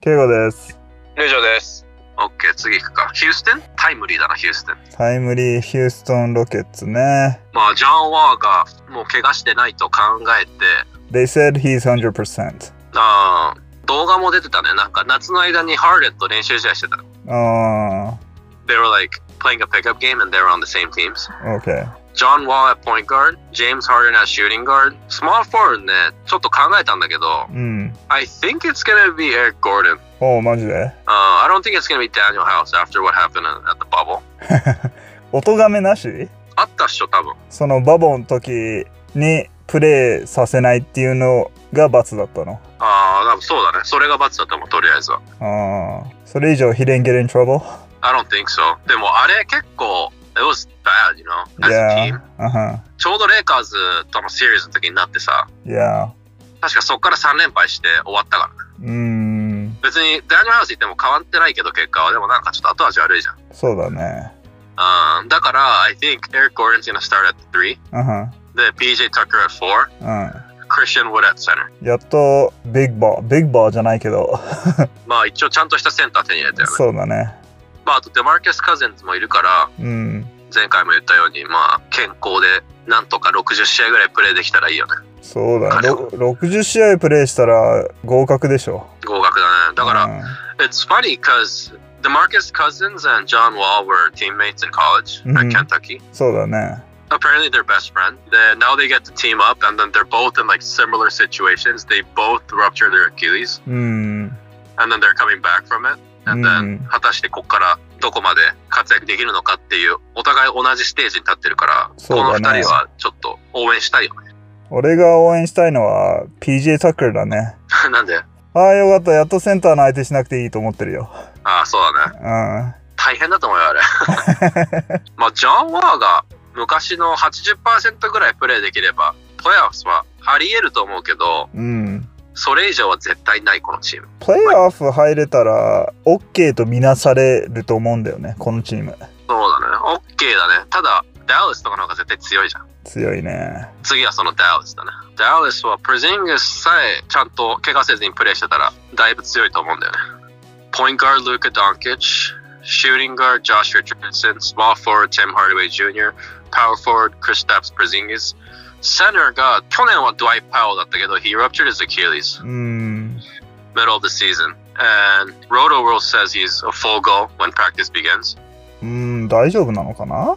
ケイゴです。以上です。オッケー、次行くか。ヒューステンタイムリーだな、ヒューステン。タイムリーヒューストンロケッツね。まあ、ジャン・ワーがもう怪我してないと考えて、 They said he's 100%. あー動画も出てたね。なんか夏の間にハーレット練習試合してた。あ They were like playing a pickup game and they were on the same teams. あ、OK。 John Wall at point guard, James Harden at shooting guard. Small forward ね、ちょっと考えたんだけど、うん。 I think it's gonna be Eric Gordon. おお、マジで Uh, I don't think it's gonna be Daniel House after what happened at the bubble. 音がめなしあったっしょ、多分。そのバボンの時にプレイさせないっていうのが罰だったの。ああ、多分そうだね。それが罰だと思う、とりあえずは。ああ。それ以上、he didn't get in trouble? I don't think so. でもあれ結構、it was bad, you know, as a team. Yeah. あはちょうどレイカーズとのシリーズの時になってさ、ん。Yeah. 確かそこから3連敗して終わったからね。うーん。別にダイニハウス行っても変わってないけど結果は、でもなんかちょっと後味悪いじゃん。そうだね。うん、だから、I think Eric Gordon's gonna start at three. あはん。で、PJ Tucker at four. う Christian Wood at center. ん。やっと、ビッグバー、ビッグバーじゃないけど、まあ一応ちゃんとしたセンター手に入れ たよね。そうだね。まああとデマーケス・カゼンズもいるから、うん。前回も言ったように、まあ健康でなんとか60試合ぐらいプレーできたらいいよね。そうだね。ろ60試合プレイしたら合格でしょ。合格だね。だから、う It's funny because DeMarcus Cousins and John Wall were teammates in college Mhm. at Kentucky. んそうだね。 Apparently, they're best friends. They, now they get to team up, and then they're both in like similar situations. They both rupture their Achilles, うん。 and then they're coming back from it. And then, うん果たしてここからどこまで活躍できるのかっていう、お互い同じステージに立ってるから、そうこのだね二人はちょっと応援 したいよね。俺が応援したいのは PJ タックルだね。なんで、ああ、よかった。やっとセンターの相手しなくていいと思ってるよ。ああ、そうだね。うん。大変だと思うよ、あれ。まあ、ジョン・ワーが昔の80%ぐらいプレーできれば、プレーオフはあり得ると思うけど、うん。それ以上は絶対ない、このチーム。プレーオフ入れたら OK とみなされると思うんだよね。このチーム。そうだね。オッケーだね。ただ、ダウスとかの方が絶対強いじゃん。強いね。次はそのダウスだね。ダウスはプレジングスさえちゃんと怪我せずにプレーしてたら、だいぶ強いと思うんだよね。ポイントガード、ルーカ・ドンキッチ、シューティングガード、ジョシュ・リチャーソン、スモールフォワード、ティム・ハードウェイ・ジュニア、パワーフォワード、クリスタプス・プレジングス。センターが去年はドワイト・パウエルだったけど、he ruptured his Achilles うーん。 middle of the season. And Roto World says he's a full goal when practice begins. うん、大丈夫なのかな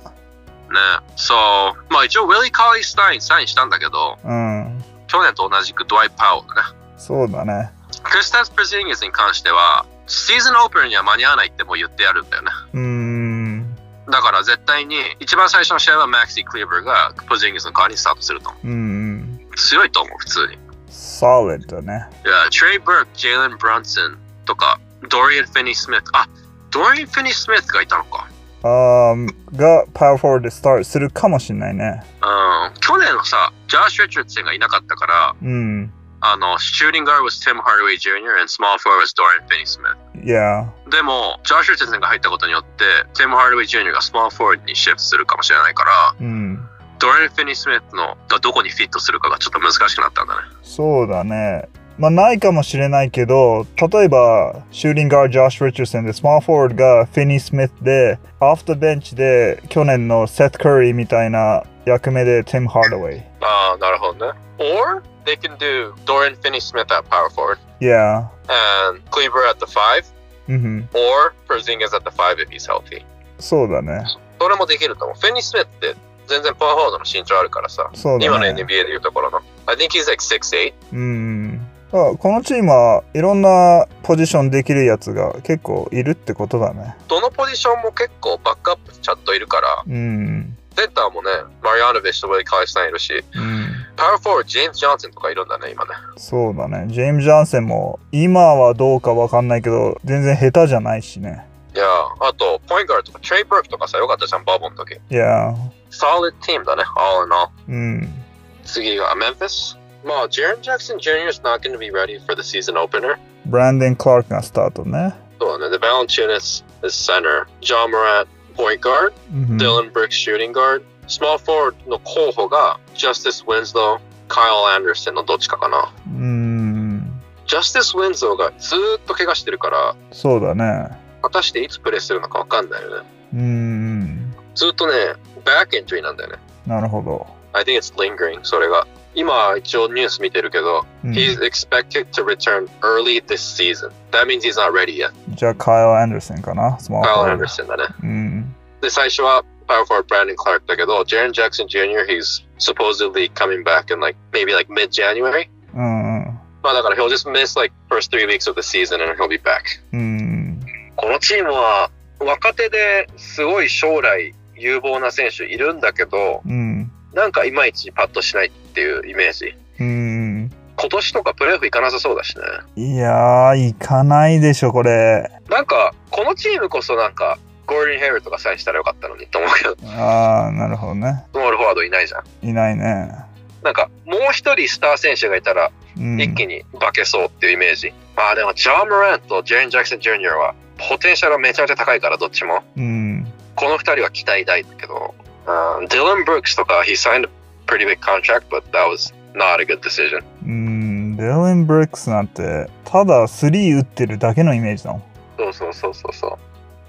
ね。So、まあ一応、ウィリー・カーリー・スタインサインしたんだけど、うん。去年と同じくドワイト・パウエルだね。そうだね。クリスタス・プレジングスに関しては、シーズンオープンには間に合わないってもう言ってやるんだよね。うーん。だから絶対に、一番最初の試合はマックシー・クリーバーがプレジングスの代わりにスタートすると思うんうん。う。強いと思う、普通に。 solid だね。いや、トレイ・ブルック、ジェイレン・ブランソンとか、ドリアン・フィニー・スミス。あ、ドリアン・フィニー・スミスがいたのか。あーがパワーフォワードでスタートするかもしれないね。うん、去年のさ、ジャーシュ・リチャーソンがいなかったから、うん。あの、シューティングガード was Tim Hardaway Jr. and small forward was Dorian Finney-Smith。いや、でも、ジャーシュ・リチャーソンが入ったことによって、ティム・ハードウェイ・ジュニアがスモールフォワードにシフトするかもしれないから、うん。ドリアン・フィニー・スミスのがどこにフィットするかがちょっと難しくなったんだね。そうだね。まあ、ないかもしれないけど、例えば、シューティングガード、ジョシュ・リチャーソンで、スマーフォワードがフィニー・スミスで、オフ・トベンチで、去年のセット・カリーみたいな役目で、ティム・ハードウェイ。ああ、なるほどね。Or, they can do Dorian Finney-Smith at power forward Yeah. and Cleaver at the five うん。 or Porzingis at the five if he's healthy. そうだね。それもできると思う。フェニー・スミスって全然パワーフォワードの身長あるからさ。そう今だのね。 NBA でいうところの。I think he's like 6'8. うん。あこのチームはいろんなポジションできるやつが結構いるってことだね。どのポジションも結構バックアップちゃんといるから、うん。センターもね、マリアノビッシュとウェイ・カイスタインいるし、うんパワーフォワード、ジェームズ・ジョンソンとかいるんだね、今ね。そうだね。ジェームズ・ジャンセンも今はどうかわかんないけど、全然下手じゃないしね。いやーあと、ポイントガードとか、トレイ・ブルークとかさ、よかったじゃん、バボンの時。いやー、 solid team だね、all in all. うん。次がメンフィス。まあ、ジェレン・ジャクソン・ジュニア is not going to be ready for the season opener. ブランデン・クラークがスタートね。そうだね、The Valanciunas is center. John Morant, point guard. うん、 Dylan Brick shooting guard. Small forward の候補が Justice Winslow、Kyle Anderson のどっちかかな。うん。ジャスティス・ウィンゾーがずーっと怪我してるから、そうだね。果たしていつプレーするのか分かんないよね。うーん。ずっとね、バックエントリーなんだよね。なるほど。 I think it's lingering, それが。今、一応ニュース見てるけど、うん He's expected to return early this season. That means he's not ready yet. じゃあ、カイル・アンダーソンかな、スマー Kyle ト。 Anderson だね。うん。で、最初は、パワーフォワード、Brandon Clark だけど、Jaren Jackson Jr., he's supposedly coming back in like, maybe like mid-January. うんうん。まあだから、he'll just miss like first three weeks of the season and he'll be back. うん。このチームは、若手ですごい将来有望な選手いるんだけど、うん。なんかいまいちパッとしないっていうイメージ。うん。今年とかプレーオフ行かなさそうだしね。いやー、行かないでしょ、これ。なんか、このチームこそなんか、ゴールデン・ヘルとかさえしたらよかったのにと思うけど、あー、なるほどね。ノールフォワードいないじゃん。いないね。なんか、もう一人スター選手がいたら、うん、一気に化けそうっていうイメージ。まあでも、ジョン・モランとジェーン・ジャクソン・ジュニアは、ポテンシャルはめちゃめちゃ高いから、どっちも。うん。この二人は期待大だけど、うん、ディラン・ブルックスとか、he signed a pretty big contract, but that was not a good decision. うん。ディレン・ブリックスなんて、ただ3打ってるだけのイメージだもん。そうそうそうそうそう。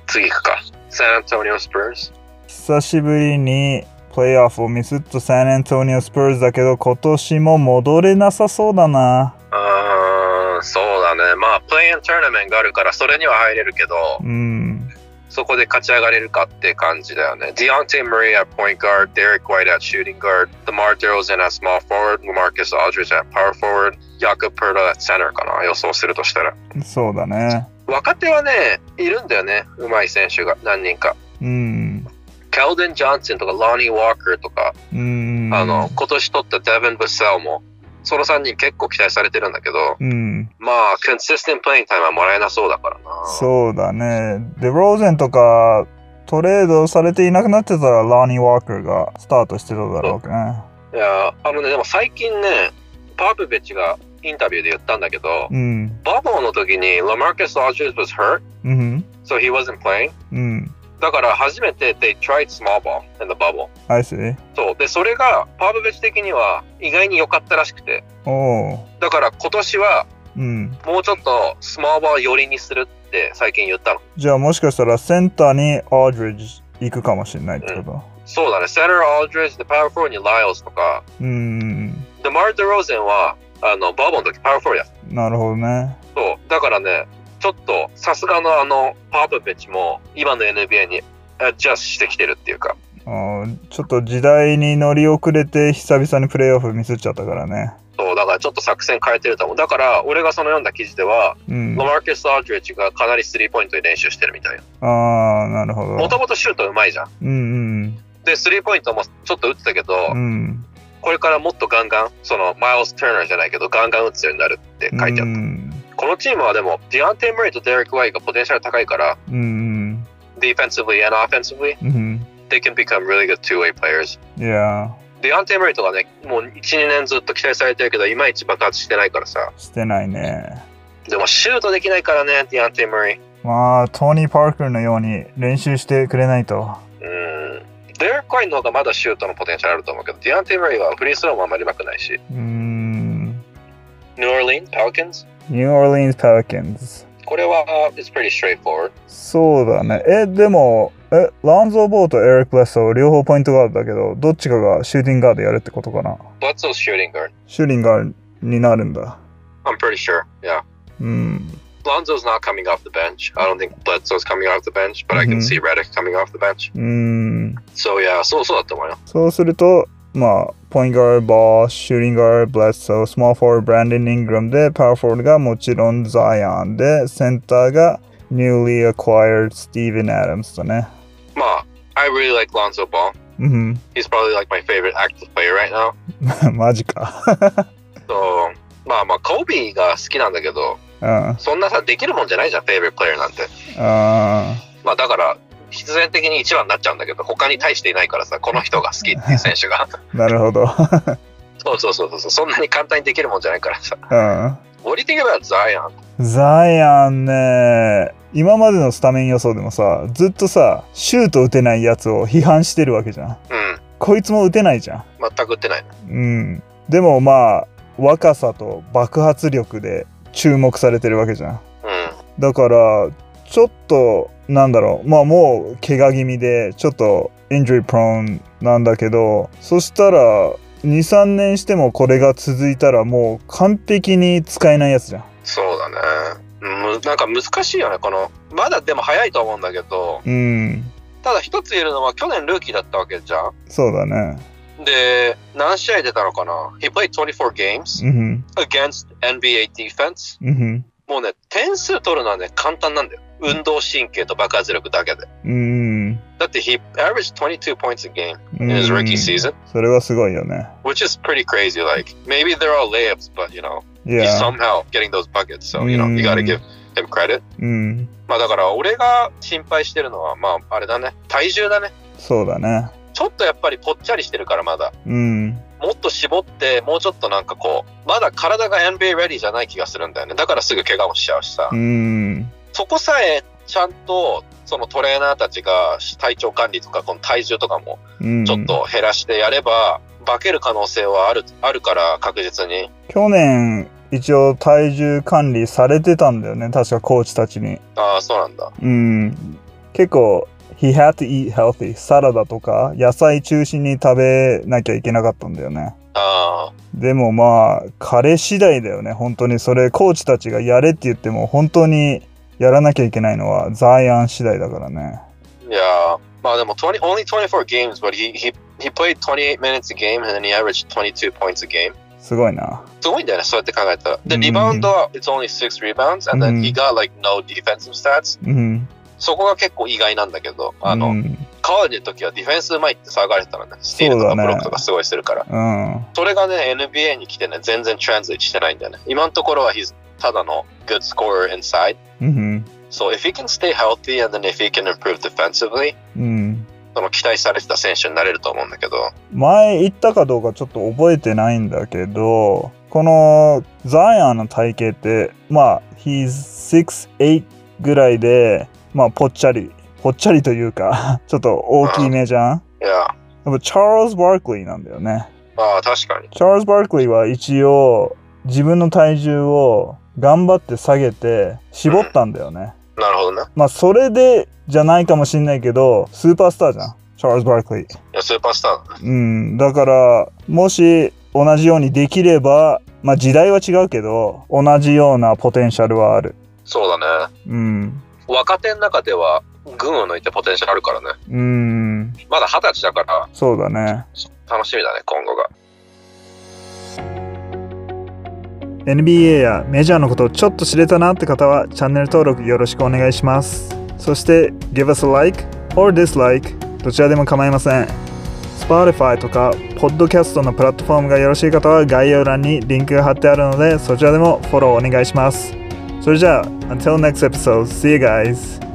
次行くか。サンアントニオ・スプース。久しぶりにプレイオフをミスっとサンアントニオ・スプーズだけど、今年も戻れなさそうだな。うーん、そうだね。まあ、プレイントーナメントがあるから、それには入れるけど、うん。そこで勝ち上がれるかって感じだよね。ディオンティ・マリア、ポイントガード、デリック・ワイト、シューティングガード、デマー・デローゼン、スモール・フォワード、マーケス・アルジュージ、パワー・フォワード、ヤク・プルダ、センターかな、予想するとしたら。そうだね。若手はね、いるんだよね。うまい選手が何人か。うん。ケルデン・ジョンソンとか、ロニー・ワーカーとか、うん。あの、今年取ったデヴン・ブッセルも、その3人結構期待されてるんだけど、うん。まあ、コンシステントプレイングタイムはもらえなそうだからな。そうだね。で、ローゼンとかトレードされていなくなってたら、ラーニー・ワーカーがスタートしてただろうね。いやあのねでも最近ねパブベッチがインタビューで言ったんだけど、うん。バブルの時に LaMarcus Aldridge was hurt うん。 so he wasn't playing うん。だから初めて they tried small ball in the bubble I see. そうでそれがパブベッチ的には意外に良かったらしくておう。だから今年はうん。もうちょっとスモーバー寄りにするって最近言ったのじゃあもしかしたらセンターにアードリッジ行くかもしれないってこと。そうだねセンター・アルドリッジでパワーフォーにライオスとかうん。でマル・デローゼンはあのバブルの時パワーフォーやなるほどね。そう、だからね、ちょっとさすがのあのパープベッチも今の NBA にアジャストしてきてるっていうか、あーちょっと時代に乗り遅れて久々にプレーオフミスっちゃったからね。そうだからちょっと作戦変えてると思う。だから俺がその読んだ記事では、うん。ロあマーケス・アージュエッジがかなりスリーポイントで練習してるみたいな。あー、なるほもとど。もとシュートうまいじゃん。うんで、スリーポイントもちょっと打ってたけど、うん。うん。これからもっとガンガン、そのマイルス・ターナーじゃないけど、ガンガン打つようになるって書いてあうる。ん。このチームはでも、ディアンテイ・ムリーとデレック・ワイがポテンシャル高いから、うん。 defensively and offensively, うん。 they can become really good two-way players. いやー。ディアンテ・ムレイとかね、もう1、2年ずっと期待されてるけど、いまいち爆発してないからさ。してないね。でもシュートできないからね、ディアンテ・ムレイ。うまあ、トニー・パークのように練習してくれないと。ーん。デレック・ワインの方がまだシュートのポテンシャルあると思うけど、ディアンテ・ムレイはフリースローもあんまりうまくないし。うーん。ニューオーリン、パウキンズニューオーリンズ・ペリカンズ。これは、it's pretty straightforward。そうだね。え、でも、え、ランゾー・ボーとエリック・ブレッソー両方ポイントガードだけど、どっちかがシューティングガードやるってことかな。 What's those shooting guard? シューティングガードになるんだ。 I'm pretty sure. Yeah. うん。 Lonzo's not coming off the bench. I don't think Bledsoe's coming off the bench, but I Mhm. can see Redick coming off the bench. うーん。 So yeah, そうそうだと思うよ。そうすると、まあ、ポイントガード、ボー、シューティングガード、ブレッソー、スモールフォワード、ブランディン・イングラムで、パワーフォワードがもちろんザイアンで、センターが newly acquired Steven Adams だね。まあ、I really like Lonzo Ball. うん、 He's probably like my favorite active player right now. マジか。 そうまあまあコービーが好きなんだけどうん、そんなさできるもんじゃないじゃんフェイブリットプレイヤーなんてあまあだから必然的に一番になっちゃうんだけど他に対していないからさこの人が好きっていう選 手がーなるほど。そうそうそうそうそんなに簡単にできるもんじゃないからさう What do you think about Zion? ん、ザイアンね、今までのスタメン予想でもさ、ずっとさ、シュート打てないやつを批判してるわけじゃん。うんこいつも打てないじゃん。全く打ってないうん、でもまあ若さと爆発力で注目されてるわけじゃん。うん。だから、ちょっと、なんだろう、まあもう怪我気味で、ちょっと injury prone なんだけど、そしたら、2、3年してもこれが続いたらもう完璧に使えないやつじゃん。そうだね。むなんか難しいよね、この。まだでも早いと思うんだけど、うん、ただ一つ言えるのは去年ルーキーだったわけじゃそうだね。ん。で、何試合出たのかな ?He played 24 games うん、 against NBA defense. うん、もうね、点数取るのはね、簡単なんだよ。運動神経と爆発力だけで。うん、だって、he averaged 22 points a game う in ん。 his rookie season, それはすごいよね。 which is pretty crazy. Like, maybe they're all layups, but you know, y e he's somehow getting those buckets. So, you know, you gotta うん give him credit. うん、まあだから俺が心配してるのはまああれだね体重だねそうだね。ちょっとやっぱりぽっちゃりしてるからまだうん、もっと絞ってもうちょっとなんかこうまだ体が NBA レディじゃない気がするんだよねだからすぐ怪我もしちゃうしさうん、そこさえちゃんとそのトレーナーたちが体調管理とかこの体重とかもうん。ちょっと減らしてやれば化ける可能性はあるあるから確実に去年、一応体重管理されてたんだよね。確かコーチたちに。ああそうなんだうん、結構 he had to eat healthy サラダとか野菜中心に食べなきゃいけなかったんだよねあでもまあ彼次第だよね本当にそれコーチたちがやれって言っても本当にやらなきゃいけないのはザイアン次第だからねあいやーまあでも20 only 24 games but he, he, he played 28 minutes a game and then he averaged 22 points a game すごいなすごいんだよね、そうやって考えたら。で、うんリバウンドは、it's only six rebounds, and う then ん he got like no defensive stats. うんそこが結構意外なんだけど、あうの、んカーディの時はディフェンスうまいって騒がれてたのね。スティールとそかうだねブロックとかすごいするから。うんそれがね、NBA に来てね、全然 translate してないんだよね。今のところは、he's ただの good scorer inside. うん、 So if he can stay healthy and then if he can improve defensively, うん、その期待されてた選手になれると思うんだけど。前言ったかどうかちょっと覚えてないんだけどこのザイアンの体型ってまあ he's 6'8 ぐらいでまあぽっちゃりぽっちゃりというか ちょっと大きめじゃんいや、やっぱチャールズ・バークリーなんだよねまあ確かに。チャールズ・バークリーは一応自分の体重を頑張って下げて絞ったんだよねなるほどね。まあそれでじゃないかもしんないけどスーパースターじゃんチャールズ・バークリーいやスーパースターだねうん、だからもし同じようにできれば、まあ、時代は違うけど同じようなポテンシャルはある。そうだね。うん、若手の中では、群を抜いてポテンシャルあるからね。うん、まだ二十歳だからそうだね。楽しみだね今後が NBA やメジャーのことをちょっと知れたなって方はチャンネル登録よろしくお願いします。そして Give us a like or dislike どちらでも構いません。Spotify とか Podcast のプラットフォームがよろしい方は概要欄にリンクが貼ってあるのでそちらでもフォローお願いします。それじゃあ Until next episode, see you guys!